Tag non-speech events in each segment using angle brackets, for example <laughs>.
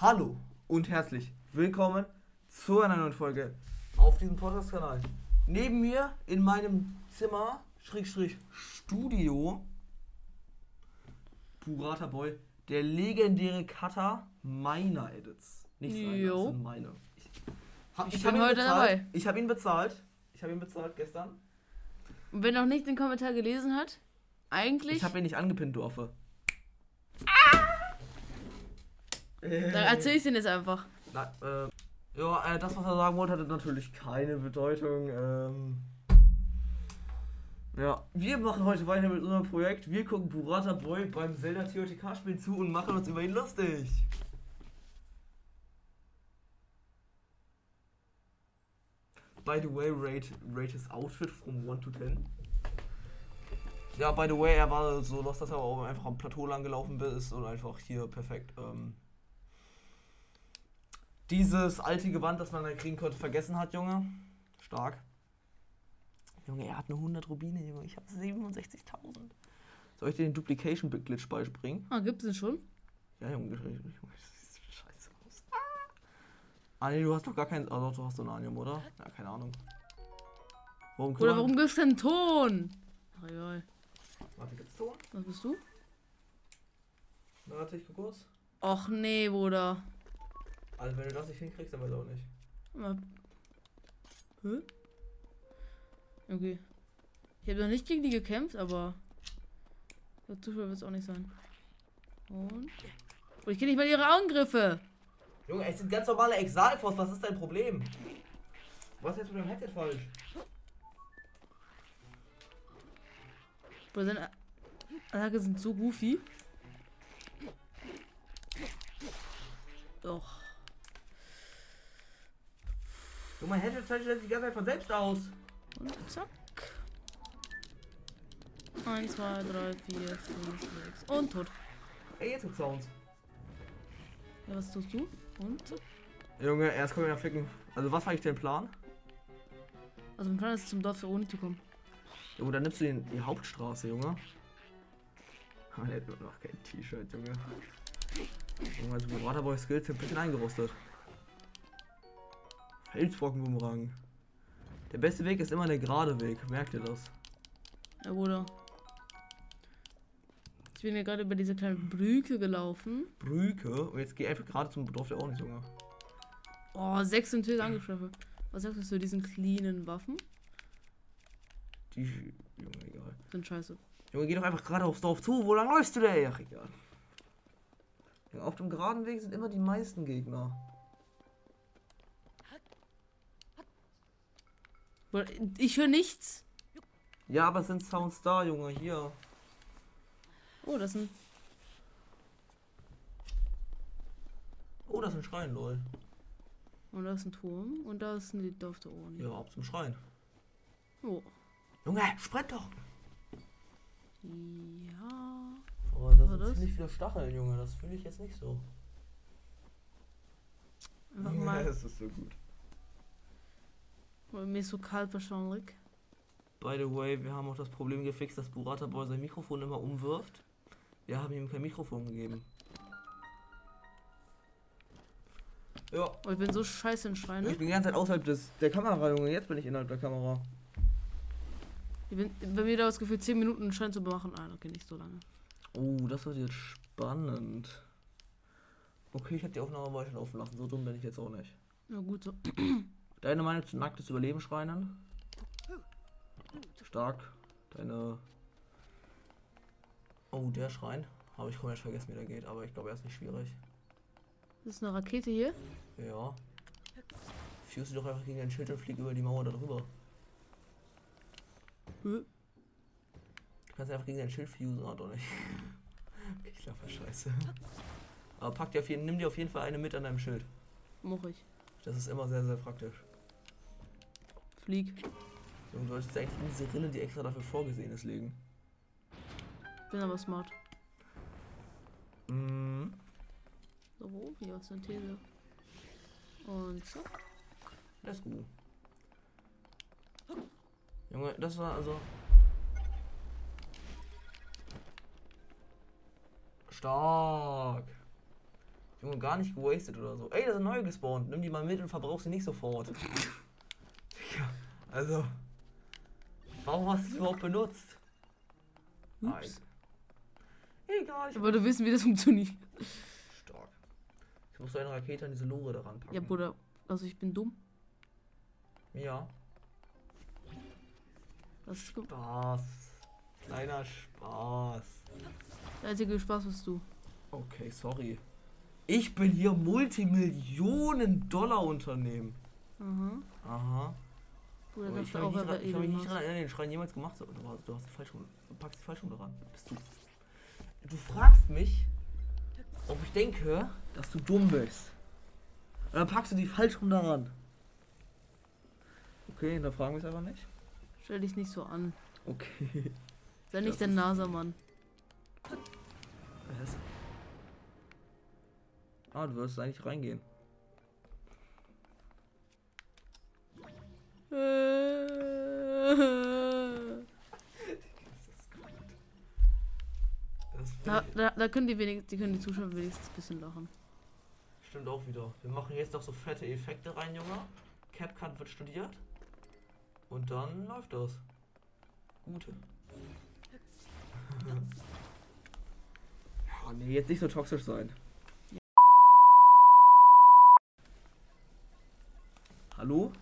Hallo und herzlich willkommen zu einer neuen Folge. auf diesem Podcast-Kanal. Neben mir in meinem Zimmer, Schrägstrich Studio, Burata Boy, der legendäre Cutter meiner Edits. Nicht seiner, Jo. das sind meine. Ich, hab, Ich hab bin ihn heute bezahlt. dabei. Ich habe ihn bezahlt. Ich habe ihn bezahlt gestern. Und wer noch nicht den Kommentar gelesen hat, eigentlich. Ich habe ihn nicht angepinnt, du Affe. dann erzähl ich den jetzt einfach. Na, äh, ja, äh, das, was er sagen wollte, hatte natürlich keine Bedeutung. Ähm, ja, wir machen heute weiter mit unserem Projekt. Wir gucken Burata Boy beim Zelda TOTK-Spiel zu und machen uns über ihn lustig. By the way, rate, rate his outfit from 1 to 10. Ja, by the way, er war so los, dass er auch einfach am Plateau lang gelaufen ist und einfach hier perfekt. Ähm, dieses alte Gewand, das man dann kriegen konnte, vergessen hat, Junge. Stark. Junge, er hat nur 100 Rubine, Junge. Ich habe 67.000. Soll ich dir den Duplication Big Glitch beispringen? Ah, gibt's den schon? Ja, Junge, ich- ich- ich- das sieht scheiße aus. Ah, nee, du hast doch gar keinen. Ah, doch, du hast Donanium, oder? Ja, keine Ahnung. Warum Oder warum gibt's denn Ton? Ach, egal. Warte, gibt's Ton? Was bist du? Warte, ich guck kurz. Och nee, Bruder. Also, wenn du das nicht hinkriegst, dann weiß ich auch nicht. Mal- Hä? Okay. Ich habe noch nicht gegen die gekämpft, aber. So Zufall wird's auch nicht sein. Und. Oh, ich kenne nicht mal ihre Angriffe. Junge, es sind ganz normale Exalforce, was ist dein Problem? Was ist jetzt mit dem Headset falsch? Bruder, seine Attacke sind so goofy. Doch. Junge, mein Headset schaltet die ganze Zeit von selbst aus. Und zack. 1, 2, 3, 4, 5, 6. Und tot. Ey, jetzt gibt's Sounds. Ja, was tust du? Und zack. Junge, erst können wir nach Flicken. Also, was war eigentlich dein Plan? Also mein Plan ist zum Dorf für Oni zu kommen. Junge, dann nimmst du den, die Hauptstraße, Junge. Aber der hat immer noch kein T-Shirt, Junge. Junge, also Waterboy Skills sind ein bisschen eingerostet. Felsbrocken Der beste Weg ist immer der gerade Weg, merkt ihr das? Ja, Bruder. Ich bin ja gerade über diese kleine Brücke gelaufen. Brücke. Und jetzt geh einfach gerade zum Dorf der Ordnung, Junge. Oh, 26 Angriffe. Was sagst du zu diesen cleanen Waffen? Die. Junge, egal. Sind scheiße. Junge, geh doch einfach gerade aufs Dorf zu. Wo lang läufst du denn? Ach, egal. Ja, auf dem geraden Weg sind immer die meisten Gegner. Bruder, ich höre nichts. Ja, aber es sind Sounds da, Junge, hier. Oh, das sind. Oh, das ist ein Schrein, lol. Und da ist ein Turm. Und da ist ein Dorf der Oni. Ja, ab zum Schrein. Oh. Junge, sprint doch! Ja. Aber Oh, das War sind das? ziemlich viele Stacheln, Junge, das fühle ich jetzt nicht so. Einfach <laughs> mal. das ist so gut. Mir ist so kalt wahrscheinlich. By the way, wir haben auch das Problem gefixt, dass Burata Boy sein Mikrofon immer umwirft. Wir haben ihm kein Mikrofon gegeben. Ja, Oh, ich bin so scheiße in Schreine. ich bin die ganze Zeit außerhalb des, der Kamera, Junge. Jetzt bin ich innerhalb der Kamera. Ich bin, bei mir dauert es gefühlt 10 Minuten, einen Schein zu machen. Ah, okay, nicht so lange. Oh, das wird jetzt spannend. Okay, ich habe die Aufnahme weiter laufen lassen. So dumm bin ich jetzt auch nicht. Na gut, so. Deine Meinung zu nacktes Überleben schreinen? Stark. Deine. Oh, der Schrein. Habe ich komplett vergessen, wie der geht, aber ich glaube, er ist nicht schwierig. Das ist eine Rakete hier. Ja. Fuse doch einfach gegen ein Schild und flieg über die Mauer darüber. Hö. Du kannst einfach gegen ein Schild fusen, oder nicht? <laughs> Ich glaube, scheiße. Aber pack dir auf jeden, nimm dir auf jeden Fall eine mit an deinem Schild. Mach ich. Das ist immer sehr, sehr praktisch. Flieg. Und du solltest jetzt eigentlich in diese Rille, die extra dafür vorgesehen ist, legen. Bin aber smart. Mhm. So, wo? Hier, Synthese. Und so. Let's go. Junge, das war also. Stark. Junge, gar nicht gewastet oder so. Ey, da sind neue gespawnt. Nimm die mal mit und verbrauch sie nicht sofort. <laughs> ja, also. Warum hast du es überhaupt benutzt? Ups. Nein. Egal, ich Ich wollte wissen, wie das funktioniert. Stark. Ich muss so eine Rakete an diese Lore daran packen. Ja, Bruder, also ich bin dumm. Ja. Das ist gut. Spaß. Kleiner Spaß. Der einzige Spaß bist du. Okay, sorry. Ich bin hier Multimillionen-Dollar-Unternehmen. Aha. Aha. Bruder, Aber das Oh, ich ist kann auch mich nicht, dran- aber ich kann mich nicht Edelmaß. daran erinnern, den Schrein jemals gemacht zu haben. Du, hast- du hast die falsche, du packst die falsche daran. Bist du. Du fragst mich, ob ich denke, dass du dumm bist. Und dann packst du die falsch rum daran. Okay, hinterfragen wir es einfach nicht. Stell dich nicht so an. Okay. Sei Das nicht der NASA-Mann. <laughs> Was? Ah, du wirst eigentlich reingehen. Da, Das <laughs> da, da können die wenigstens, die können die Zuschauer wenigstens ein bisschen lachen. stimmt auch wieder. Wir machen jetzt noch so fette Effekte rein, Junge. CapCut wird studiert. Und dann läuft das. Gute. oh, nee, jetzt nicht so toxisch sein. Hallo?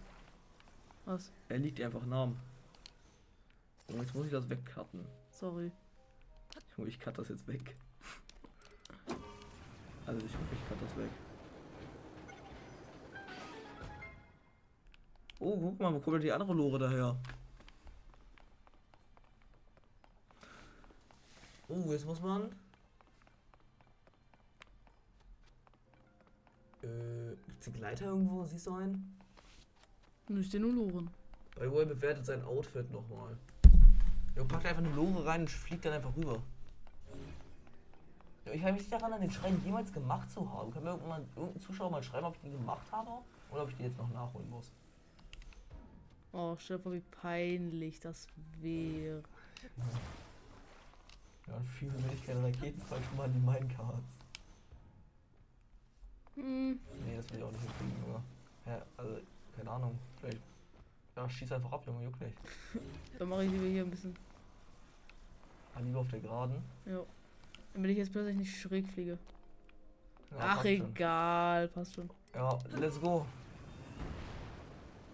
Was? Er liegt einfach Namen. Oh, jetzt muss ich das wegcutten. Sorry. Junge, ich cut das jetzt weg. Also ich hoffe, ich cut das weg. Oh, guck mal, wo kommt denn die andere Lore daher? Oh, jetzt muss man. Äh, gibt's einen Gleiter irgendwo? Siehst du einen? Nur ich nur Loren. Bei Roy bewertet sein Outfit nochmal. Jo, packt einfach eine Lore rein und fliegt dann einfach rüber. Jo, Ich kann mich nicht daran an den Schrein jemals gemacht zu haben. Kann mir irgendwann irgendein Zuschauer mal schreiben, ob ich die gemacht habe oder ob ich die jetzt noch nachholen muss. Oh, stell dir vor, wie peinlich das wäre. Ja, und viele will ich keine Raketen falsch machen, die meinen Cards. Hm, Nee, das will ich auch nicht hinkriegen, Junge. Hä, also, keine Ahnung. Vielleicht. Ja, schieß einfach ab, Junge, juckt nicht. dann mache ich lieber hier ein bisschen. Ah, lieber auf der Geraden. Ja. Damit ich jetzt plötzlich nicht schräg fliege. Ja, Ach, passt schon. egal. Passt schon. Ja, let's go.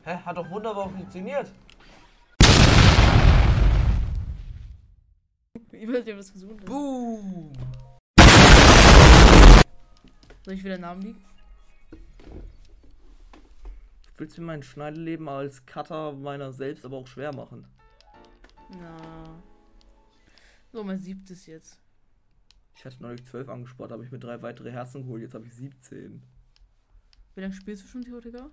Hä? Hat doch wunderbar funktioniert. Ich weiß nicht, ob das gesund ist. Boom! Soll ich wieder Namen liegen? Willst du mir mein Schneideleben als Cutter meiner selbst aber auch schwer machen? Na. So, mein siebtes jetzt. Ich hatte neulich 12 angespart, habe ich mir drei weitere Herzen geholt, jetzt habe ich 17. Wie lange spielst du schon Theoretiker?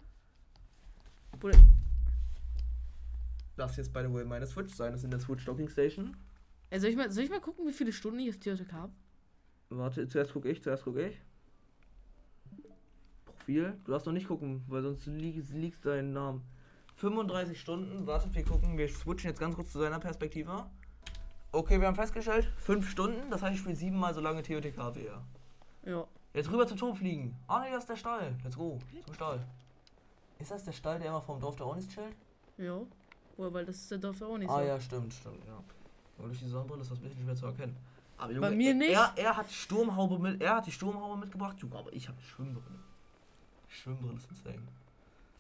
Lass jetzt, by the way, meine Switch sein. Das ist in der Switch Docking Station. Ey, äh, soll ich mal, soll ich mal gucken, wie viele Stunden ich auf Theoretiker habe? Warte, zuerst gucke ich, zuerst gucke ich. Profil. Du darfst noch nicht gucken, weil sonst li liegt dein Name. 35 Stunden. Warte, wir gucken. Wir switchen jetzt ganz kurz zu seiner Perspektive. Okay, wir haben festgestellt, 5 Stunden. Das heißt, ich spiele siebenmal so lange TOTK wie er. Ja. Jetzt rüber zum Turm fliegen. Ah ne, das ist der Stall. Let's go. Zum Stall. Ist das der Stall, der immer vom Dorf der Onis chillt? Ja. Oder weil das ist der Dorf ja auch nicht Ah so. ja, stimmt, stimmt, ja. Und durch die Sonnenbrille ist das ein bisschen schwer zu erkennen. Aber Junge, Bei mir er- nicht. Er, er hat die Sturmhaube mit, er hat die Sturmhaube mitgebracht, Junge, aber ich habe Schwimmbrille. Schwimmbrille ist insane.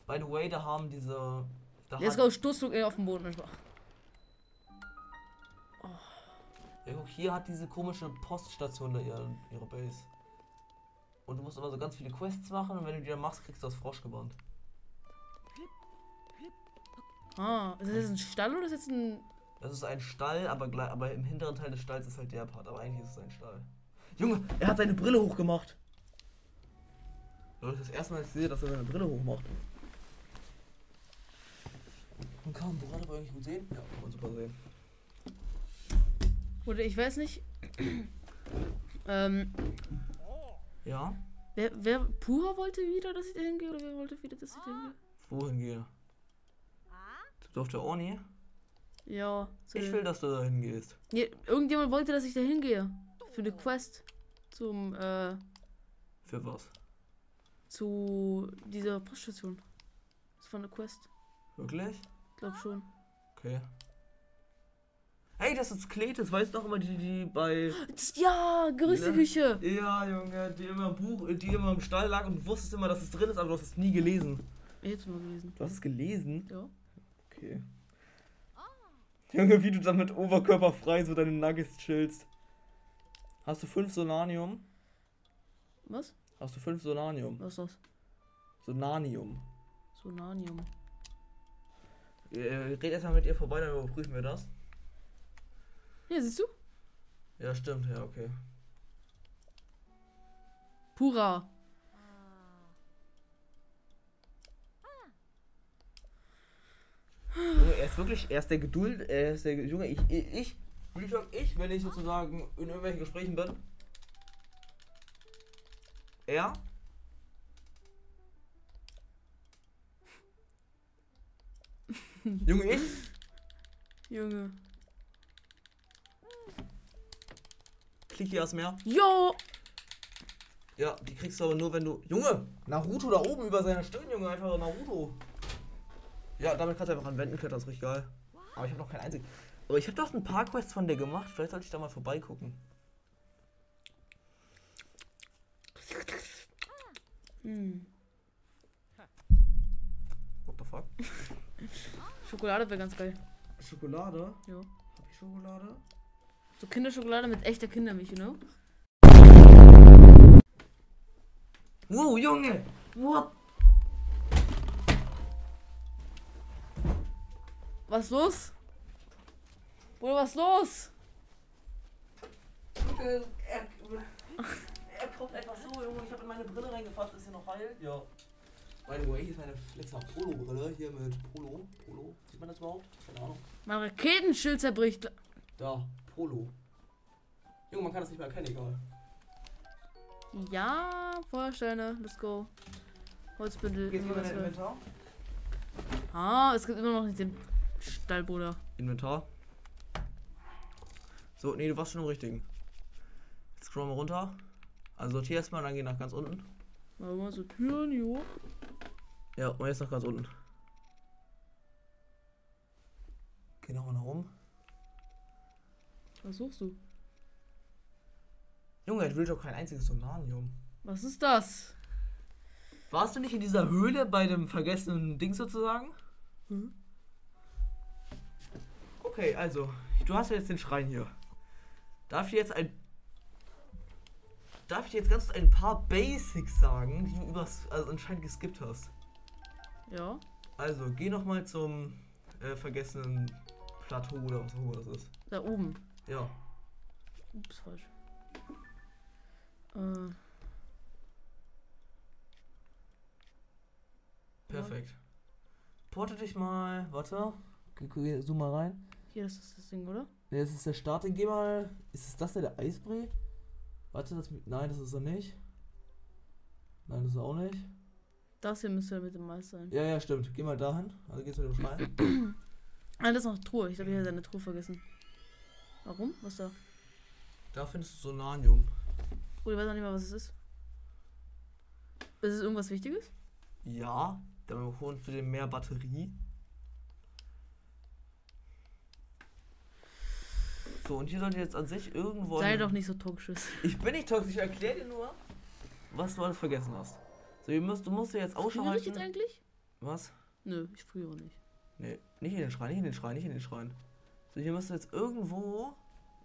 By the way, da haben diese. Da Let's hat, go, Stoßflug ey, auf dem Boden einfach. ja, guck, hier hat diese komische Poststation da ihre, ihre Base. Und du musst immer so ganz viele Quests machen und wenn du die dann machst, kriegst du das Froschgeband. Ah, ist das jetzt ein Stall oder ist das jetzt ein. Das ist ein Stall, aber, gle- aber im hinteren Teil des Stalls ist halt der Part. Aber eigentlich ist es ein Stall. Junge, er hat seine Brille hochgemacht. Leute, das ist das erste Mal, dass ich sehe, dass er seine Brille hochmacht. Und kaum, woran aber eigentlich gut sehen? Ja, kann man super sehen. Oder ich weiß <clears throat> nicht. ähm, Ja? wer, wer. Pura wollte wieder, dass ich da hingehe oder wer wollte wieder, dass ich da hingehe? Wohin gehe? Zum Dorf der Orni? Ja. Ah? zu Ich den- will, dass du da hingehst. Nee, irgendjemand wollte, dass ich da hingehe. Für eine Quest. Zum, äh. Für was? Zu dieser Poststation. Das war eine Quest. Wirklich? Glaub schon. Okay. Hey, das ist Kletes, weißt du noch immer, die, die bei. Das- Ja, Gerüchteküche. Ja, Junge, die immer im Buch, die immer im Stall lag und wusstest immer, dass es drin ist, aber du hast es nie gelesen. Ich hab's mal gelesen. Du hast es gelesen? Ja. Okay. Junge, wie du dann mit Oberkörper frei so deine Nuggets chillst. Hast du fünf Solanium? Was? Hast du fünf Solanium? Was ist das? Solanium. Sonanium. Äh, red erstmal mit ihr vorbei, dann überprüfen wir das. Ja, siehst du? Ja, stimmt, ja, okay. Pura. Junge, er ist wirklich, er ist der Geduld, er ist der, Junge, ich, ich, ich, Real Talk, ich, wenn ich sozusagen in irgendwelchen Gesprächen bin, er, Junge, ich, Junge. klick hier erst mehr. Jo! Ja, die kriegst du aber nur, wenn du, Junge, Naruto da oben über seiner Stirn, Junge, einfach Naruto. Ja, damit kannst du einfach an Wänden klettern, ist richtig geil. Aber ich habe noch keinen einzigen. Aber ich habe doch ein paar Quests von der gemacht, vielleicht sollte ich da mal vorbeigucken. Hm. What the fuck? Schokolade wäre ganz geil. Schokolade? Jo. Hab ich Schokolade? So Kinderschokolade mit echter Kindermilch, you know? Wow, Junge! What? Was los? Bruder, was los? Äh, Er, er kommt einfach so, Junge. Ich habe in meine Brille reingefasst. Ist sie noch heil? Ja. By the way, hier ist meine Flexer Polo-Brille. Hier mit Polo. Polo. Sieht man das überhaupt? Keine Ahnung. Mein Raketenschild zerbricht. Da, Polo. Junge, man kann das nicht mehr erkennen, egal. Ja, Feuersteine, let's go. Holzbündel. Geht's über dein Holzbündel. Inventar? Ah, es gibt immer noch nicht den Stall, Bruder. Inventar. So, nee, du warst schon im richtigen. Jetzt scrollen wir runter. Also sortier erstmal, dann geh nach ganz unten. Mal immer so Türen, jo. Ja, und jetzt nach ganz unten. Geh nochmal nach oben. Was suchst du? Junge, ich will doch kein einziges Somnanium. Was ist das? Warst du nicht in dieser Höhle bei dem vergessenen Ding sozusagen? Mhm. Okay, also, du hast ja jetzt den Schrein hier. Darf ich dir jetzt ein. Darf ich dir jetzt ganz ein paar Basics sagen, die du übers, also anscheinend geskippt hast? Ja. Also, geh nochmal zum äh, vergessenen Plateau oder was auch immer das ist. Da oben. Ja. Ups, falsch. Äh, Perfekt. Porte dich mal. Warte. Ge- ge- Zoom mal rein. hier das ist das Ding, oder? Ne, das ist der Start. Geh mal. Ist es das der, der Eisbrei? Warte, das. mit- Nein, das ist er nicht. Nein, das ist er auch nicht. Das hier müsste mit dem Mais sein. Ja, ja, stimmt. Geh mal dahin. Also gehst mit dem Schrein. Ah, das ist noch Truhe. Ich habe hier seine Truhe vergessen. Warum? Was da? Da findest du Sonanium. Bruder, ich weiß auch nicht mal, was es ist. Ist es irgendwas Wichtiges? Ja, damit holst du dir mehr Batterie. So, und hier sollte jetzt an sich irgendwo. Sei ein- doch nicht so toxisch. Ich bin nicht toxisch, ich erkläre dir nur, was du alles vergessen hast. So, ihr müsst, du musst dir jetzt Ausschau Friere ich halten. jetzt eigentlich? Was? Nö, ich friere nicht. Nee, nicht in den Schrein, nicht in den Schrein, nicht in den Schrein. So, hier müsst ihr jetzt irgendwo.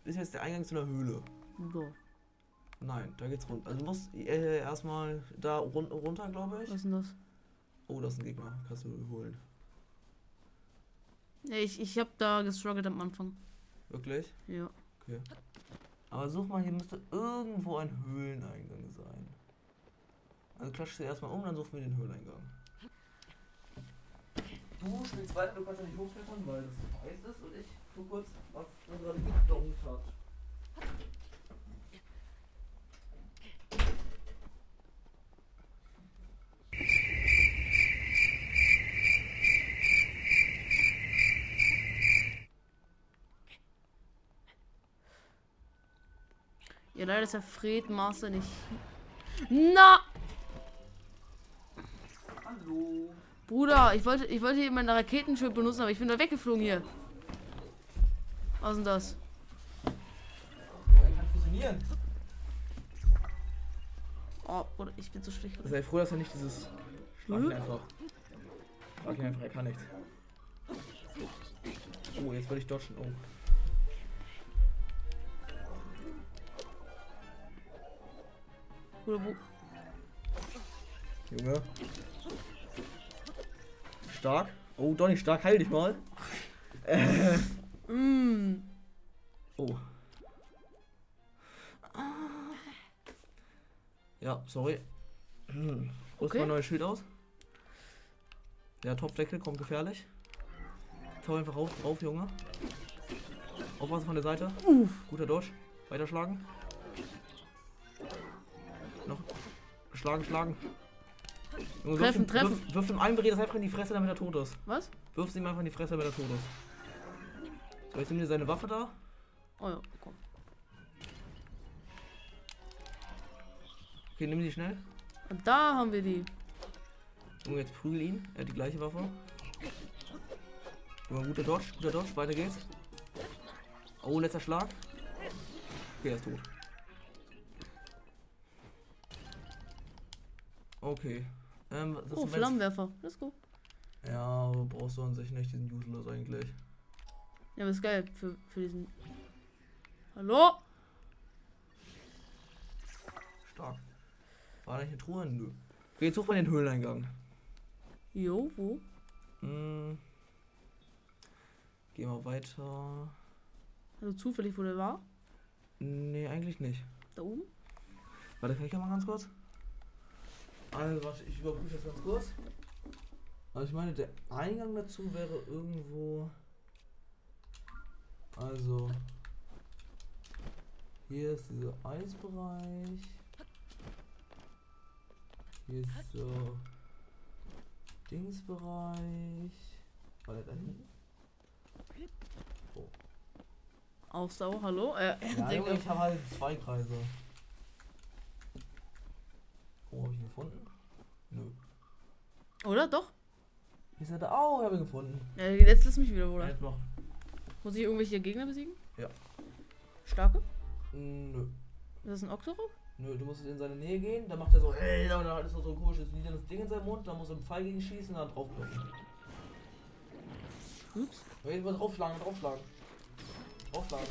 Ist jetzt der Eingang zu einer Höhle. Boah, Nein, da geht's runter. Also, du musst äh, erstmal da run runter, glaube was ich. ist denn das? Oh, das ist ein Gegner. Kannst du holen. Ja, ich, ich habe da gestruggelt am Anfang. Wirklich? Ja. Okay. Aber such mal, hier müsste irgendwo ein Höhleneingang sein. Also klatsch sie erstmal um, dann suchen wir den Höhleneingang. Du spielst weiter, du kannst ja nicht hochklettern, weil das weiß ist und ich tu kurz, was da gerade gedonkt hat. Ja, leider ist der Fred Master nicht. hi- Na! Hallo. Bruder, ich wollte, ich wollte hier mein Raketenschild benutzen, aber ich bin da weggeflogen hier. Was ist denn das? Er kann fusionieren. Oh, Bruder, ich bin so schlecht. Sei froh, dass er nicht dieses. Schlag ihn einfach. Schlag ihn einfach, er kann nichts. Oh, jetzt wollte ich dodgen. Oh. Bruder, wo? Junge. Stark. Oh, Donny, stark, heil dich mal. Mm. Oh. Ja, sorry. Hm. Rüst Okay. mal ein neues Schild aus. Der Topfdeckel kommt gefährlich. Tau einfach rauf, drauf, Junge. Aufpassen von der Seite. Guter Dodge. Weiterschlagen. Noch. Schlagen, schlagen. Junge, wirf Treffen, ihm- treffen. Wirf, wirf dem einen Berät das einfach in die Fresse, damit er tot ist. Was? Wirf sie ihm einfach in die Fresse, damit er tot ist. So, jetzt nimm dir seine Waffe da. Oh ja, komm. Okay, nimm sie schnell. Und da haben wir die. Junge, jetzt prügel ihn. Er hat die gleiche Waffe. Junge, guter Dodge, guter Dodge. Weiter geht's. Oh, letzter Schlag. Okay, er ist tot. Okay. Ähm, was ist denn, Oh, wenn's- Flammenwerfer. Let's go. Ja, aber brauchst du an sich nicht diesen Useless eigentlich. Ja, aber ist geil für, für diesen. Hallo? Stark. War da nicht eine Truhe? Nö. Okay, jetzt such mal den Höhleneingang. Jo, wo? Hm. Gehen wir weiter. Also zufällig, wo der war? Nee, eigentlich nicht. Da oben? Warte, kann ich ja mal ganz kurz? Also, warte, ich überprüfe das ganz kurz. Also, ich meine, der Eingang dazu wäre irgendwo. Also. Hier ist dieser Eisbereich. Hier ist so. Dingsbereich. War der da hinten? Ausdauer, hallo? Äh, <laughs> Ja, denk Junge, ich. ich habe halt zwei Kreise. Oh, habe ich ihn gefunden? Nö. Oder? Doch? Hier ist er da. Oh, ich habe ihn gefunden. Ja, jetzt lass mich wieder, Bruder. Jetzt noch. Muss ich irgendwelche Gegner besiegen? Ja. Starke? Nö. Ist das ein Octorok? Nö, du musst in seine Nähe gehen, dann macht er so, hey, und dann ist noch so ein komisches niederes Ding in seinem Mund, dann musst du einen Pfeil gegen schießen und dann draufdrücken. Ups. Ja, Jetzt mal draufschlagen, draufschlagen. Draufschlagen.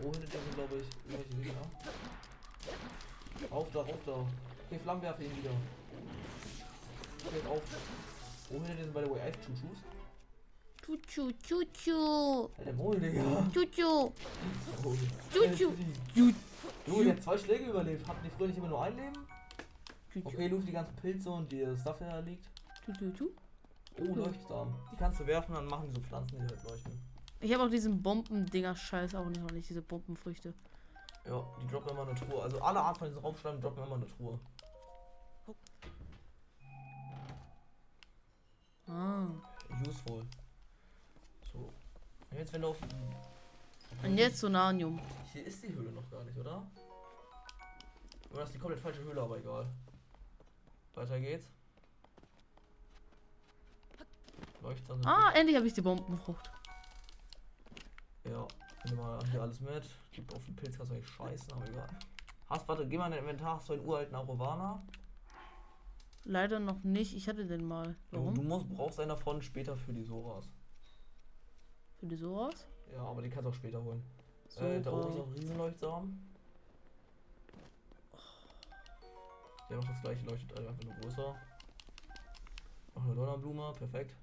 Oh, hinter dir sind, glaube ich, irgendwelche Gegner. Auf da, auf da. Okay, Flammenwerfer ihn wieder. Okay, auf. Oh, hinter dir sind, by the way, Eis-Chuchus. Chuchu, chuchu. Alter, wohl, Digga. Chuchu. Oh, Chuchu. Junge, der hat zwei Schläge überlebt. Hatten die früher nicht immer nur ein Leben? Chuchu. Okay, Luke, die ganzen Pilze und die Stuff, der da liegt. Chuchu. Oh, Leuchtsamen. Die kannst du werfen, dann machen die so Pflanzen, die halt leuchten. Ich habe auch diesen Bombendinger-Scheiß auch nicht, noch nicht, diese Bombenfrüchte. Ja, die droppen immer eine Truhe. Also alle Arten von diesen Raumschleim droppen immer eine Truhe. Ah. Useful. So. Und jetzt, wenn du auf. Und jetzt Sonanium. Hier ist die Höhle noch gar nicht, oder? Oder das ist die komplett falsche Höhle, aber egal. Weiter geht's. Leuchtsam. Ah, endlich habe ich die Bombenfrucht. Ja, nimm mal hier alles mit. Gibt auf den Pilz kannst du eigentlich scheißen, aber egal. Hast, warte, geh mal in dein Inventar, hast du einen uralten Arovana? Leider noch nicht. Ich hatte den mal. Du, du Warum? musst, brauchst einen davon später für die Soras. Für die Soras? Ja, aber die kannst du auch später holen. So, Äh, da oben ist äh, noch ein Riesenleuchtsamen. Der macht das gleiche, leuchtet also einfach nur größer. Noch eine Donnerblume, perfekt.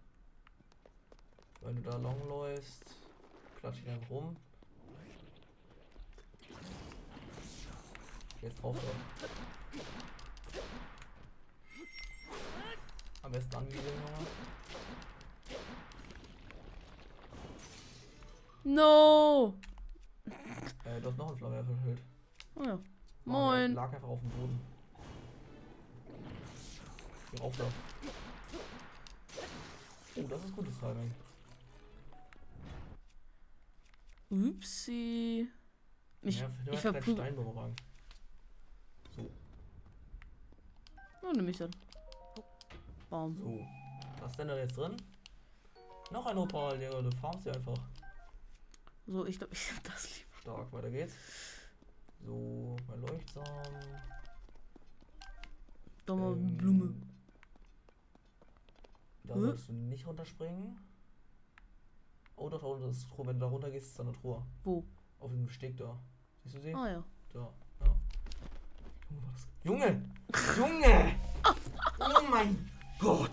Wenn du da lang läufst, klatsch ihn einfach rum. Jetzt drauf da. Am besten anvisieren, Junge. No! Äh, du hast noch einen Flammenwerfer erfüllt. Oh ja. Mann, der Moin. Lag einfach auf dem Boden. Geh rauf da. Oh, das ist gutes Timing. Upsi. Ich, Ja, für den ich hat kein verprügel. Steinbumerang. So. Na, Oh, nimm ich dann. Baum. So. Was ist denn da jetzt drin? Noch ein Opal, Digga, du farmst hier einfach. So, ich glaube, ich nehme das lieber. Stark, weiter geht's. So, mein Leuchtsam. Da mal ähm, Blume. Da Hä? solltest du nicht runterspringen. Oh doch, da unten ist eine Truhe. Wenn du da runter gehst, ist da eine Truhe. Wo? Auf dem Steg da. Siehst du sie? Ah ja. Da, ja. Junge, war das. Junge! Junge! Oh mein Gott!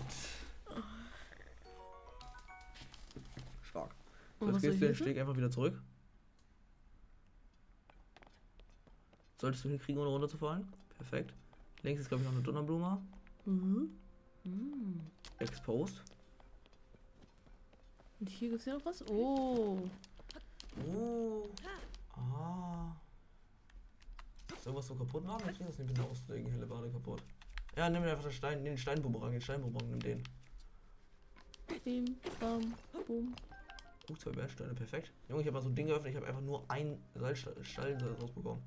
Stark. So, Und jetzt was soll gehst du den ich hier? tun? Steg einfach wieder zurück. Solltest du hinkriegen, ohne runterzufallen? Perfekt. Links ist, glaube ich, noch eine Donnerblume. Mhm. Mhm. Exposed. Und hier gibt's hier noch was? Oh. Oh. Ah. Ist irgendwas so kaputt machen? Ich krieg das nicht mit der Auslegen. Helle Bade kaputt. Ja, nimm einfach den Stein, den Steinbumerang, den Steinbumerang, nimm den. Bim, bam, bum. Uh, zwei Bernsteine, perfekt. Junge, ich habe mal so ein Ding geöffnet, ich habe einfach nur ein Steinsalz rausbekommen.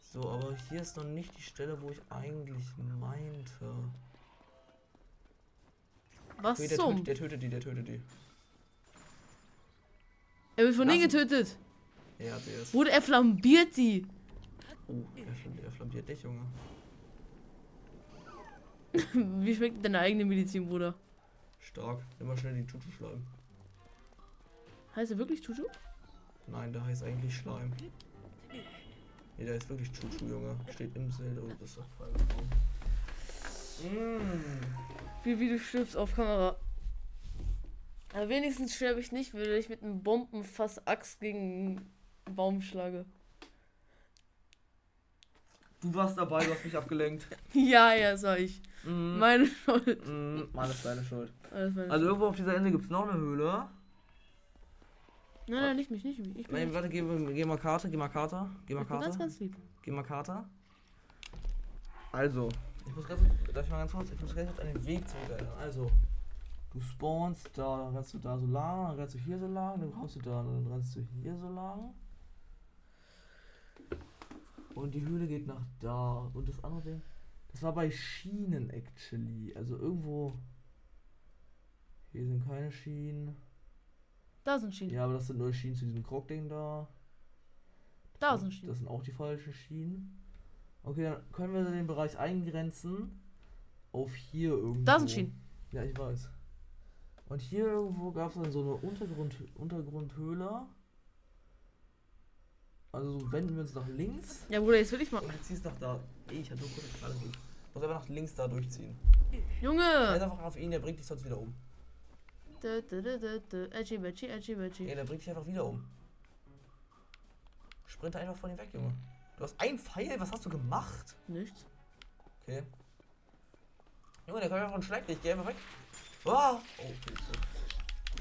So, aber hier ist noch nicht die Stelle, wo ich eigentlich meinte. Was Okay, der, zum? tötet, der tötet die, der tötet die. Er wird von denen Lassen. getötet. Ja, der ist. Wurde er flambiert die? <laughs> Oh, er, flam er flambiert dich, Junge. Wie schmeckt deine eigene Medizin, Bruder? Stark. Nimm mal schnell den Chuchu-Schleim. Heißt er wirklich Chuchu? Nein, der heißt eigentlich Schleim. Nee, der ist wirklich Chuchu, Junge. Steht im Seld. Oh, das ist doch voll. Mm. Wie, wie du stirbst auf Kamera. Aber wenigstens sterbe ich nicht, weil ich mit einem Bombenfass Axt gegen einen Baum schlage. Du warst dabei, du hast mich abgelenkt. <laughs> Ja, ja, sag ich. Hm. Mm, Meine Schuld. mm, alles deine Schuld. Alles meine Also irgendwo auf dieser Insel gibt es noch eine Höhle. Schuld. Nein, nein, nicht mich, nicht mich. Ich bin, Nein, warte, geh, geh mal Karte, geh mal Karte, geh mal ich bin ganz, Karte, ganz lieb. geh mal Karte. Also, Ich muss ganz, darf ich mal ganz kurz, ich muss ganz kurz an den Weg zurück erinnern. Also, du spawnst da, dann rennst du da so lang, dann rennst du hier so lang, dann kommst du da, und dann rennst du hier so lang. Und die Höhle geht nach da. Und das andere Ding, das war bei Schienen actually. Also irgendwo. Hier sind keine Schienen. Da sind Schienen. Ja, aber das sind neue Schienen zu diesem Krog-Ding da. Da Und sind Schienen. Das sind auch die falschen Schienen. Okay, dann können wir den Bereich eingrenzen auf hier irgendwo. Da sind Schienen. Ja, ich weiß. Und hier irgendwo gab es dann so eine Untergrund Untergrundhöhle. Also so wenden wir uns nach links. Ja, Bruder, jetzt will ich mal. Und du ziehst nach da. Ey, ich hatte kurz gerade gut. Muss einfach nach links da durchziehen. Er ist Junge! einfach auf ihn, der bringt dich sonst wieder um. Dö, dö, dö, dö, dö. Edgy, edgy, edgy, Ja, edgy. der bringt dich einfach wieder um. Sprinte einfach von ihm weg, Junge. Du hast einen Pfeil, was hast du gemacht? Nichts. Okay. Junge, der kommt einfach und schlägt dich. Geh einfach weg. Ah! Oh, okay.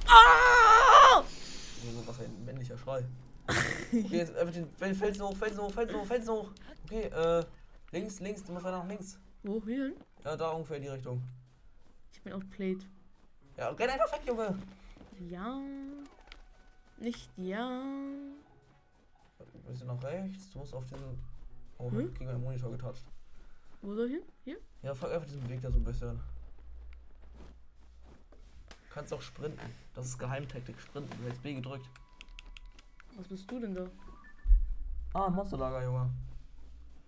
Ah! so. Junge, was ein männlicher Schrei. Okay, jetzt einfach den Fel- Felsen hoch, Felsen hoch, Felsen hoch, Felsen hoch. Okay, äh, links, links, du musst weiter nach links. Wo hier hin? Ja, da ungefähr in die Richtung. Ich bin outplayed. Ja, renn einfach weg, Junge. Ja. Nicht ja. Ein bisschen nach rechts, du musst auf diesen... Oh, Hm? gegen meinen Monitor getatscht. Wo soll ich hin? Hier? Ja, folg einfach diesem Weg da so ein bisschen. Kannst auch sprinten. Das ist Geheimtaktik, sprinten. Du hältst B gedrückt. Was bist du denn da? Ah, Monsterlager, Junge.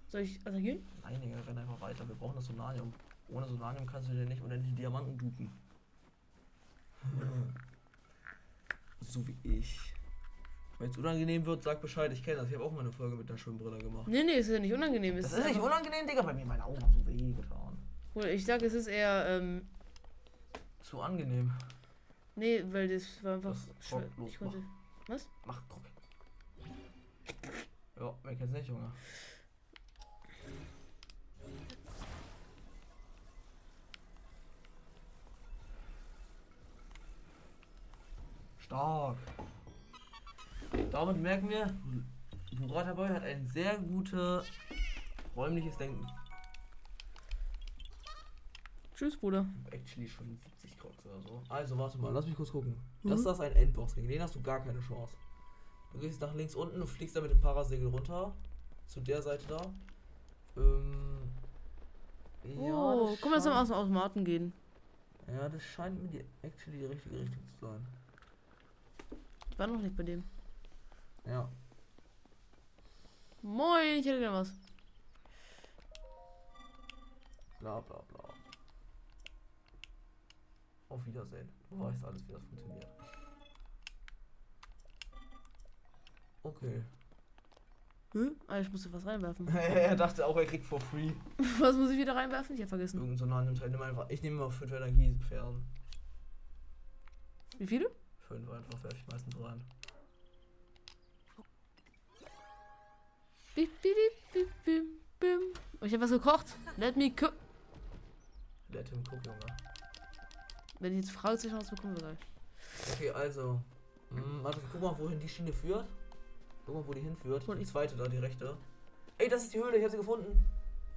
Soll ich attackieren? Nein, Digga, renn einfach weiter. Wir brauchen das Sonanium. Ohne Sonanium kannst du dir nicht unendlich Diamanten dupen. so wie ich. Wenn es unangenehm wird, sag Bescheid. Ich kenne das. Ich habe auch mal eine Folge mit einer Schwimmbrille gemacht. Nee, nee, ist ja nicht unangenehm. Das Es ist nicht einfach- unangenehm, Digga. Bei mir meine Augen haben so weh getan. Bruder, Ich sag, es ist eher, ähm, Zu angenehm. nee, weil das war einfach Das ist schwer. bocklos, Ich konnte. Was? Mach Druck. Ja, wer kennt's nicht, Junge? Stark. Damit merken wir, Burataboy hat ein sehr gutes räumliches Denken. Tschüss, Bruder. Actually schon 70 Crocs oder so. Also, warte mal, lass mich kurz gucken. Das Mhm. ist das ein Endboss gegen den hast du gar keine Chance. Du gehst nach links unten und fliegst dann mit dem Parasegel runter. Zu der Seite da. Ähm. Ja, Oh, guck mal, das soll aus dem Automaten gehen. Ja, das scheint mir die, actually die richtige Richtung zu sein. Ich war noch nicht bei dem. Ja. Moin, ich hätte gerne was. Bla bla bla. Auf Wiedersehen. Du weißt alles, wie das funktioniert. Okay. <laughs> Hm? Ah, ich musste was reinwerfen. er dachte auch, er kriegt for free. <laughs> was muss ich wieder reinwerfen? Ich hab vergessen. Irgend so einen anderen Teil. Nimm halt einfach. Ich nehme mal 5 Energiepferden. Wie viele? 5 einfach werfe halt, ich meistens rein. Bip, bip, bip, bip, bim. Oh, ich hab was gekocht. Let me cook. Der Tim guckt, Junge. Wenn ich jetzt Fragezeichen was bekommen wir gleich. Okay, also. Hm, warte, guck mal, wohin die Schiene führt. Guck mal, wo die hinführt. Und die ich- zweite da, die rechte. Ey, das ist die Höhle, ich hab sie gefunden.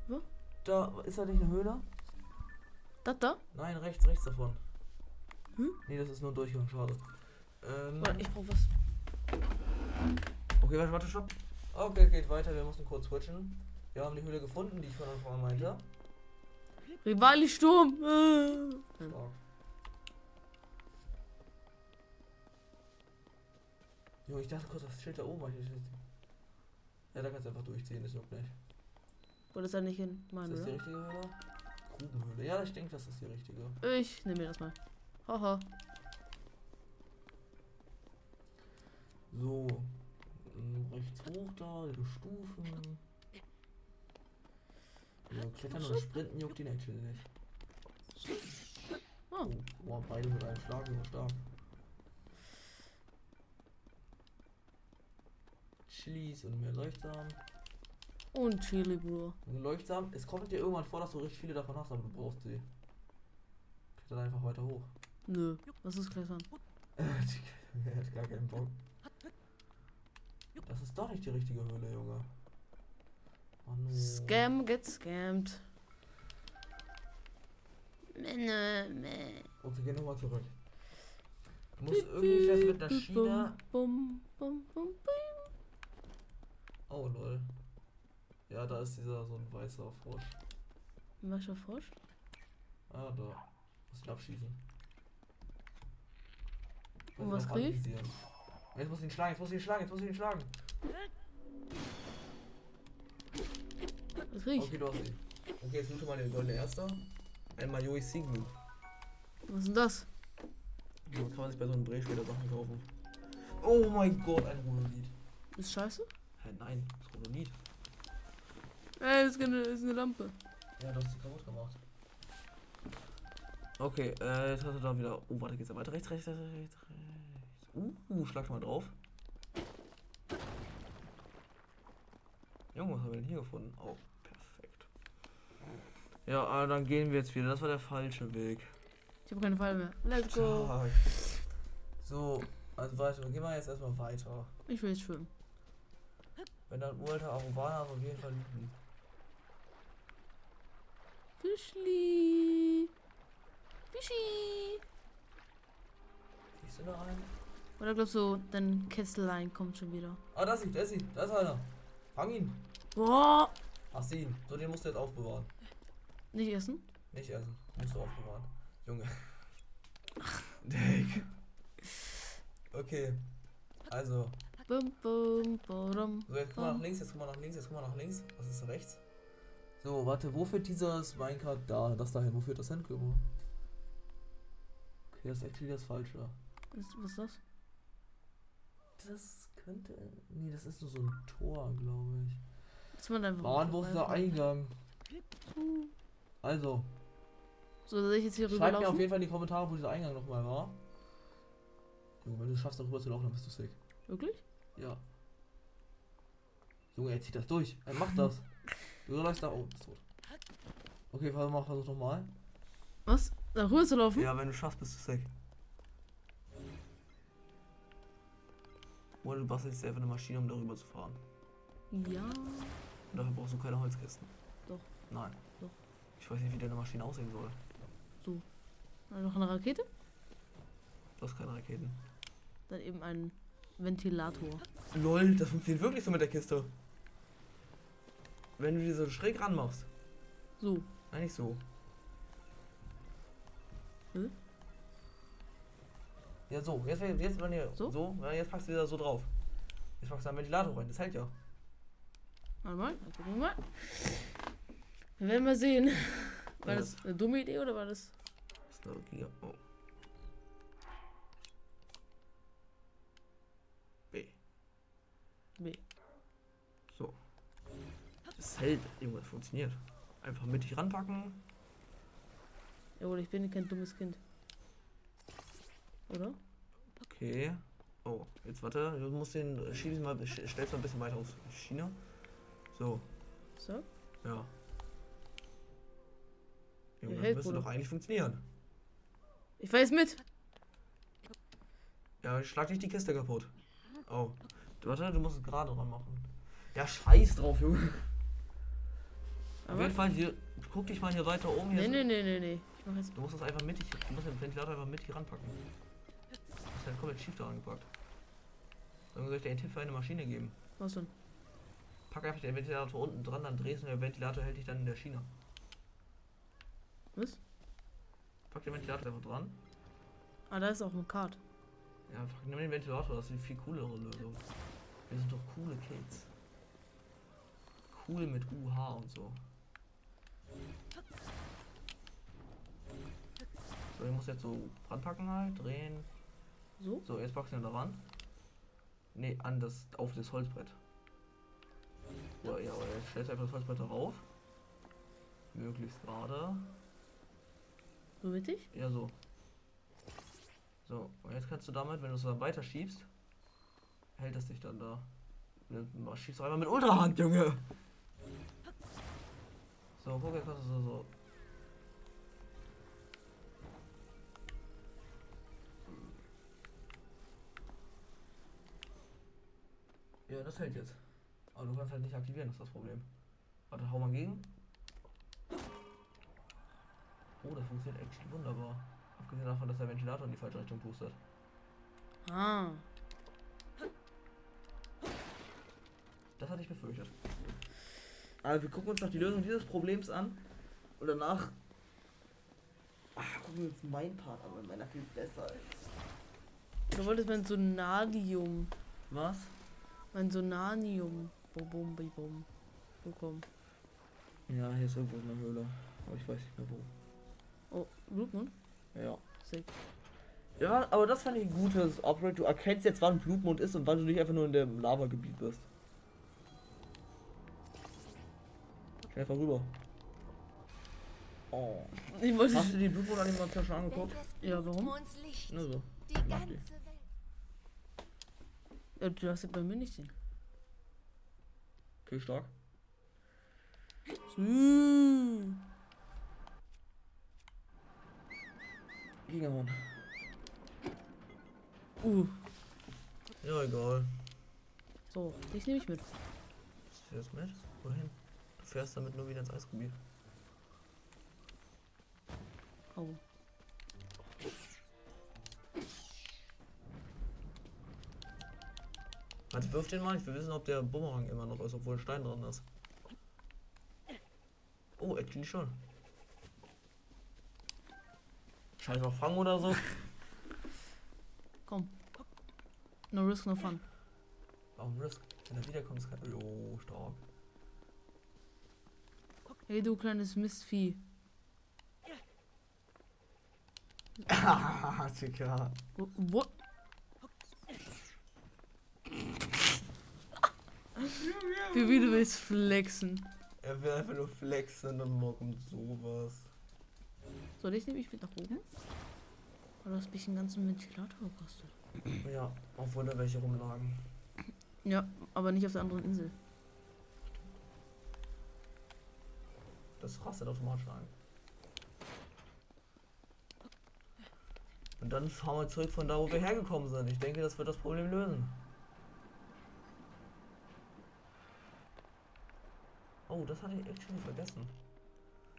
Wo? Da, ist da nicht eine Höhle? Das da? Nein, rechts, rechts davon. Hm? Nee, das ist nur ein Durchgang, schade. Ähm, Warte, ich brauch was. okay, warte, warte, stopp. Okay, geht weiter, wir mussten kurz switchen. Wir haben die Höhle gefunden, die ich von Anfang an meinte. Rivali Sturm. Äh. Nein. Stark. Jo, ich dachte kurz, das Schild da oben. war hier. Ja, da kannst du einfach durchziehen, das juckt nicht. Wo das da nicht hin? Mann, Ist das die oder? richtige Höhle? Grubenhöhle. Ja, ich denke, das ist die richtige. Ich nehme mir das mal. Haha. So. ähm, Rechts hoch da, die Stufen. Ja, klettern und sprinten juckt ihn actually nicht. Oh. Boah, beide mit einem Schlag nur stark. Chilis und mehr Leuchtsamen. Und Chili, Bruder. Und Leuchtsamen, es kommt dir irgendwann vor, dass du richtig viele davon hast, aber du brauchst sie. Klettern einfach weiter hoch. Nö. Was ist Klettern? <laughs> Er Äh, hat gar keinen Bock. Das ist doch nicht die richtige Höhle, Junge. Manu. Scam get scammed. Männer, Männer. Okay, geh nochmal zurück. Du musst irgendwie fährst du mit einer Schiene. Bum, bum, bum, bum. Oh lol. Ja, da ist dieser so ein weißer Frosch. Was für Frosch? Ah, da. Muss ihn abschießen. Muss Und ihn was auch krieg ich? anvisieren. Ah, Jetzt muss ich ihn schlagen, jetzt muss ich ihn schlagen, jetzt muss ich ihn schlagen. Was krieg ich? Okay, du hast ihn. Okay, jetzt loote mal den goldenen Erster. Einmal Joey Sigmund. Was ist denn das? So kann man sich bei so einem Brett später Sachen kaufen. Oh mein Gott, ein Runolith. Ist scheiße? Hä, nein, das Runolith. Ey, das ist eine, ist eine Lampe. Ja, du hast sie kaputt gemacht. Okay, äh, jetzt hast du da wieder. Oh, warte, geht's da weiter? Rechts, rechts, rechts, rechts, rechts. Uh, schlag schon mal drauf. Junge, was haben wir denn hier gefunden? Oh, perfekt. Ja, ah, dann gehen wir jetzt wieder. Das war der falsche Weg. Ich habe keine Pfeile mehr. Let's go. Tag. So, also warte, wir gehen mal jetzt erstmal weiter. Ich will jetzt schwimmen. Wenn dann uralter Arubana auf jeden Fall liegen. Fischli. Fischi. Siehst du da einen? Oder glaubst du, dein Kesselein kommt schon wieder? Ah, da ist sie, da ist sie, da ist einer. Fang ihn. Boah. Hast du ihn. So, den musst du jetzt aufbewahren. Nicht essen? Nicht essen. Musst du aufbewahren. Junge. <laughs> Dick. Okay. Also, Bum, bum, bum. so jetzt guck mal nach links, jetzt guck mal nach links, jetzt guck mal nach links. Was ist rechts? So, warte, wo führt dieses Minecart da? Das dahin, wo führt das hin, Kümmel? Okay, das ist actually das Falsche. Ist- Was ist das? Das könnte. Nee, das ist nur so ein Tor, glaube ich. Ist man einfach. Mann, wo ist der Eingang? Also, So, soll ich jetzt hier schreibt mir auf rüberlaufen? jeden Fall in die Kommentare, wo dieser Eingang nochmal war. Junge, wenn du es schaffst, darüber zu laufen, dann bist du sick. Wirklich? Ja. Junge, er zieht das durch. Er <laughs> macht das. du läufst da oben. Ist tot. Okay, versuch mal, versuch nochmal. Was? Da rüber zu laufen? Ja, wenn du schaffst, bist du sick. Oder du bastelst dir einfach eine Maschine, um darüber zu fahren. Ja. Und dafür brauchst du keine Holzkisten. Doch. Nein. Doch. Ich weiß nicht, wie deine Maschine aussehen soll. Dann noch eine Rakete? Du hast keine Raketen. Dann eben ein Ventilator. Lol, das funktioniert wirklich so mit der Kiste. Wenn du die so schräg ranmachst. So. ah, Nein, nicht so. Hä? Ja, so. Jetzt, wenn- jetzt, wenn ihr, So? so? ja, jetzt packst du wieder so drauf. Jetzt packst du einen Ventilator rein. Das hält ja. Warte mal, dann gucken wir mal. Wir werden mal sehen. War das eine dumme Idee oder war das. Das ist eine Giga. Oh. B. Nee. So. Das hält. Junge, das funktioniert. Einfach mittig ranpacken. Jawohl, ich bin kein dummes Kind. Oder? Okay. Oh, jetzt warte. Du musst den. äh, Schieb ihn mal. sch- Stell's mal ein bisschen weiter aus China. So. So? Ja. Ja, Junge, das hält, müsste Bruder. doch eigentlich funktionieren. Ich fahr jetzt mit. Ja, schlag nicht die Kiste kaputt. Oh. Du- Warte, du musst es gerade dran machen. Ja, scheiß drauf, Junge. Auf Aber. jeden Fall, hier, guck dich mal hier weiter oben. Hier Nee, ist- nee, nee, nee, nee. Ich mach jetzt. Du musst das einfach mittig, du musst den Ventilator einfach mittig ranpacken. Das ist ja komplett schief da angepackt. Dann soll ich dir einen Tipp für eine Maschine geben. Was denn? Pack einfach den Ventilator unten dran, dann drehst du und der Ventilator hält dich dann in der Schiene. Was? Pack den Ventilator einfach dran. Ah, da ist auch ein Kart. Ja, fuck, nimm den Ventilator, das ist eine viel coolere Lösung. Wir sind doch coole Kids. Cool mit UH und so. So, ich muss jetzt so ranpacken halt, drehen. So? So, jetzt packst du ihn da ran. Ne, an das, auf das Holzbrett. Oder ja, oder jetzt stellst du einfach das Holzbrett darauf. Möglichst gerade. So mittig? Ja, so. So, und jetzt kannst du damit, wenn du es dann weiter schiebst, hält das dich dann da. Ne, mach- Schiebst du einmal mit Ultrahand, Junge! So, guck, jetzt kannst du so. so. Ja, das hält jetzt. Aber du kannst halt nicht aktivieren, das ist das Problem. Warte, hau mal gegen. Oh, das funktioniert echt wunderbar. Abgesehen davon, dass der Ventilator in die falsche Richtung pustet. Ah. Das hatte ich befürchtet. Aber wir gucken uns noch die Lösung dieses Problems an und danach. Ach, gucken wir uns meinen Part an, weil meiner viel besser ist. Du wolltest mein Sonadium. Was? Mein Sonanium. Bum, bum, bi, bum. Bekommen. Ja, hier ist irgendwo eine Höhle. Aber ich weiß nicht mehr wo. Oh, Blutmund? Ja. Sick. Ja, aber das fand ich ein gutes Upgrade. Du erkennst jetzt, wann Blutmond ist und wann du nicht einfach nur in dem Lavagebiet bist. Schnell einfach rüber. Oh. Ich wollte. Hast du die Blutmond-Animation schon angeguckt? <laughs> Also, Ja, warum? Uns Licht, Hm? Na so. die mach ganze die. Welt. Ja, du hast ja bei mir nicht den. Okay, stark. So. Gegenhauen. Uh. Ja, egal. So, dich nehme ich mit. Ist das jetzt mit? Wohin? Du fährst damit nur wieder ins Eisgebiet. Au. Warte, wirf den mal. Ich will wissen, ob der Bumerang immer noch ist, obwohl ein Stein dran ist. Oh, actually schon. Scheiß auf Fang oder so. Komm. No risk, no fun. Warum Risk? Wenn er wiederkommt, ist kein... Oh, stark. Hey, du kleines Mistvieh. Ah, Digga. Wo- Wo? Wie, wie du willst flexen. Er will einfach nur flexen und morgen sowas. So, dich nehme ich mit nach oben. Und du hast mich einen ganzen Ventilator gekostet. Ja, obwohl da welche rumlagen. Ja, aber nicht auf der anderen Insel. Das rastet automatisch ein. Und dann fahren wir zurück von da, wo wir hergekommen sind. Ich denke, das wird das Problem lösen. Oh, das hatte ich echt schon vergessen.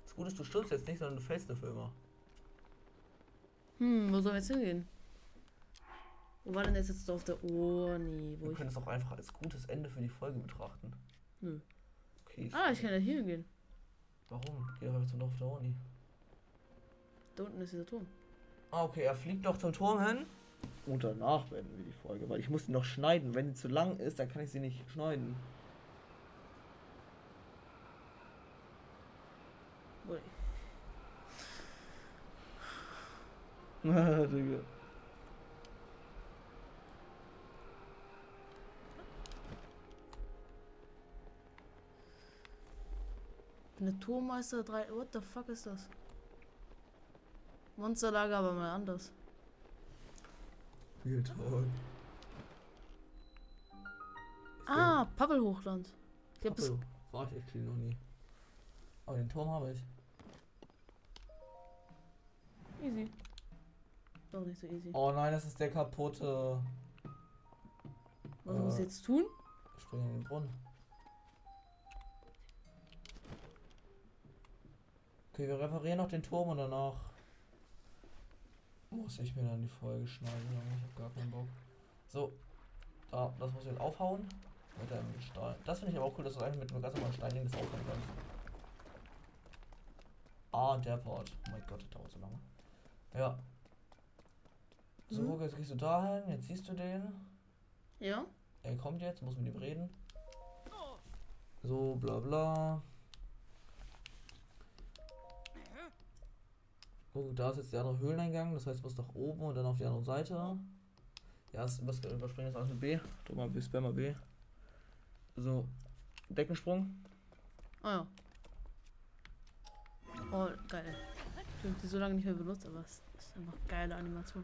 Das Gute ist, du stirbst jetzt nicht, sondern du fällst dafür immer. Hm, wo sollen wir jetzt hingehen? Wo war denn das jetzt auf der... Oh, nee, wo Wir ich... können es auch einfach als gutes Ende für die Folge betrachten. Nö. Okay. Hm. Ah, ich kann ja hier hingehen. Warum? Geh doch einfach zum Dorf der Uni. Da unten ist dieser Turm. Ah, okay, er fliegt doch zum Turm hin. Und danach beenden wir die Folge, weil ich muss die noch schneiden. Wenn die zu lang ist, dann kann ich sie nicht schneiden. <laughs> Ui. Digga. Naturmeister 3. What the fuck ist das? Monsterlager aber mal anders. Real Talk. Ah, Pappelhochland. Ich hab das. Apollo. War ich actually noch nie. Aber den Turm habe ich. Easy. Doch nicht so easy. Oh nein, das ist der kaputte. Was muss äh. ich jetzt tun? Spring in den Brunnen. Okay, wir reparieren noch den Turm und danach muss ich mir dann die Folge schneiden. Junge, Ich hab gar keinen Bock. So, da, das muss ich jetzt aufhauen. Mit einem Stein. Das finde ich aber auch cool, dass du einfach mit einem ganz normalen Stein das aufhauen kannst. Ah, der Part. Oh mein Gott, das dauert so lange. Ja. So, Mhm. jetzt gehst du dahin, jetzt siehst du den. Ja? Er kommt jetzt, muss mit ihm reden. So, bla bla. Oh, da ist jetzt der andere Höhleneingang, das heißt, du musst nach oben und dann auf die andere Seite. Ja, das das überspringen ist alles mit B. Drück mal B, spam mal B. So, Deckensprung. Ah ja. Oh, geil. Ich hab die so lange nicht mehr benutzt, aber es ist einfach geile Animation.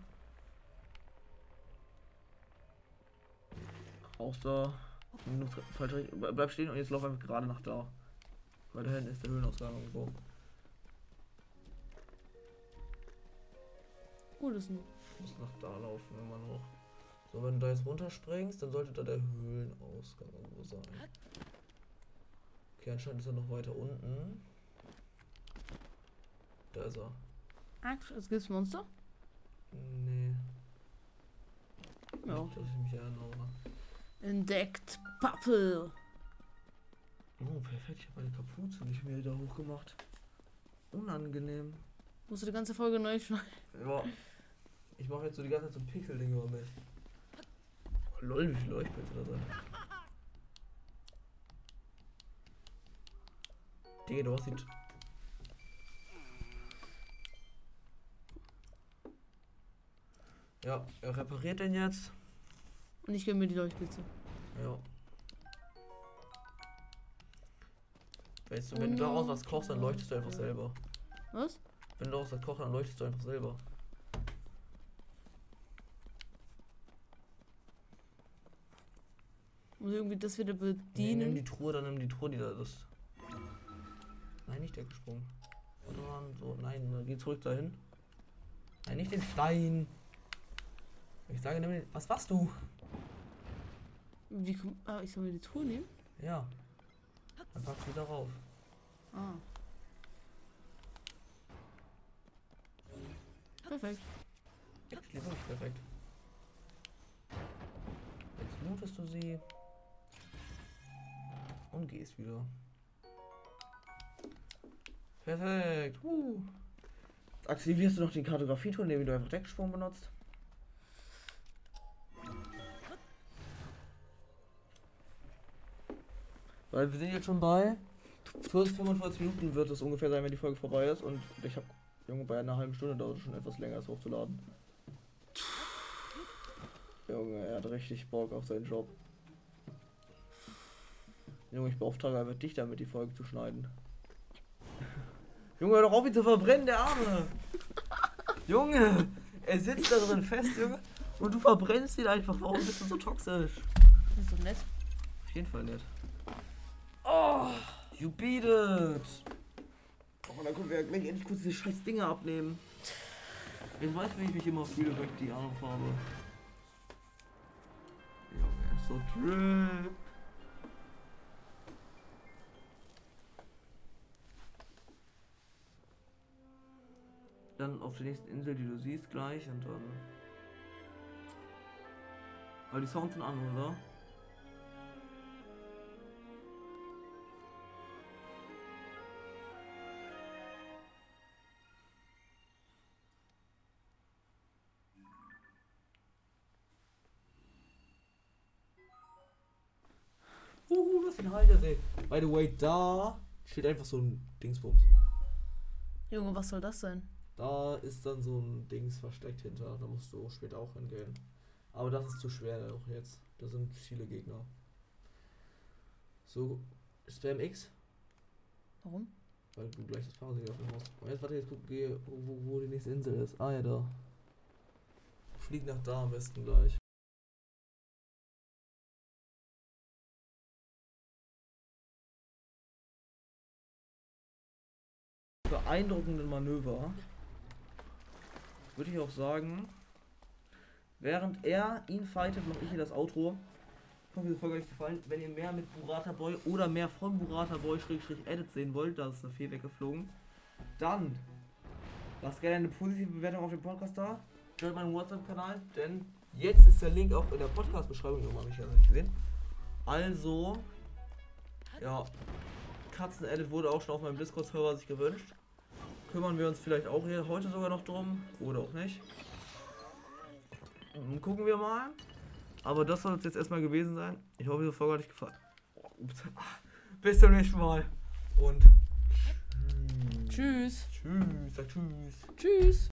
Aus da. Minus, falsch, recht- ble- bleib stehen und jetzt lauf einfach gerade nach da. Weil da hinten ist der Höhlenausgang irgendwo. Gut, ist ein. Muss nach da laufen, immer noch. So, wenn du da jetzt runterspringst, dann sollte da der Höhlenausgang irgendwo sein. Okay, anscheinend ist er noch weiter unten. Da ist er. Axt, es Also, gibt's Monster? Nee. Ja. Nicht, dass ich mich erinnere. Entdeckt Pappel. Oh, perfekt, ich habe meine Kapuze nicht mehr wieder hochgemacht. Unangenehm. Musst du die ganze Folge neu schneiden? Ja. Ich mache jetzt so die ganze Zeit so Pixel-Dinge um mich. Oh, lol, wie viele Leuchtblitze da sind. Digga, du hast die. Ja, Er repariert den jetzt. Und ich gebe mir die Leuchtblitze. ja. Weißt du, wenn du daraus was kochst, dann leuchtest du einfach selber. Was? Wenn du daraus was kochst, dann leuchtest du einfach selber. Muss irgendwie das wieder Nee, nimm bedienen? die Truhe, dann nimm die Truhe, die da ist. Nein, nicht der gesprungen. Warte mal, so, nein, ne, geh zurück dahin. Nein, nicht den Stein. Ich sage nämlich, was machst du? Wie komm, ah, ich soll mir die Truhe nehmen? Ja. Dann packst du wieder rauf. Ah. Perfekt. Die ist wirklich perfekt. Jetzt lootest du sie. Und gehst wieder. Perfekt. Uh. Aktivierst du noch den Kartografieton, indem du einfach Decksprung benutzt? Weil wir sind jetzt schon bei 40, 45 Minuten wird es ungefähr sein, wenn die Folge vorbei ist. Und ich habe Junge, bei einer halben Stunde dauert es schon etwas länger, es hochzuladen. Junge, er hat richtig Bock auf seinen Job. Junge, ich beauftrage einfach dich damit, die Folge zu schneiden. Junge, hör doch auf, ihn zu verbrennen, der Arme! Junge, er sitzt da drin fest, Junge, und du verbrennst ihn einfach. Warum bist du so toxisch? Das ist doch nett. Auf jeden Fall nicht. Oh, you beat it! Oh, dann können wir ja gleich endlich kurz diese scheiß Dinger abnehmen. Jetzt weiß, wie ich mich immer auf Mühe weg die Arme habe. Junge, er ist so drip. Dann auf der nächsten Insel, die du siehst, gleich und dann. Aber die Sounds sind an, oder? das für ein Haltersee? By the way, da steht einfach so ein Dingsbums. Junge, was soll das sein? Da ist dann so ein Dings versteckt hinter. Da musst du später auch hingehen. Aber das ist zu schwer auch jetzt. Da sind viele Gegner. So, Spam X, Warum? weil du gleich das Fahrrad öffnen musst. Und Oh, jetzt warte, jetzt guck, geh, wo, wo- wo die nächste Insel ist. Ah ja, da. Flieg nach da am besten gleich. beeindruckenden Manöver, würde ich auch sagen, während er ihn fightet, mache ich hier das Outro. Ich hoffe, diese Folge hat euch gefallen. Wenn ihr mehr mit Burata Boy oder mehr von Burata Boy Schrägstrich Edit sehen wollt, da ist eine Fee weggeflogen, dann lasst gerne eine positive Bewertung auf dem Podcast da. Joint meinen WhatsApp-Kanal, denn Jetzt ist der Link auch in der Podcast-Beschreibung. Junge, hab ich ja noch nicht gesehen. also, ja, Katzen-Edit wurde auch schon auf meinem Discord-Server sich gewünscht. Kümmern wir uns vielleicht auch hier heute sogar noch drum oder auch nicht. Mm, Gucken wir mal. Aber das soll es jetzt erstmal gewesen sein. Ich hoffe, diese Folge hat euch gefallen. <laughs> Oh, ups. Bis zum nächsten Mal und Tschüss. tschüss, sag tschüss. Tschüss.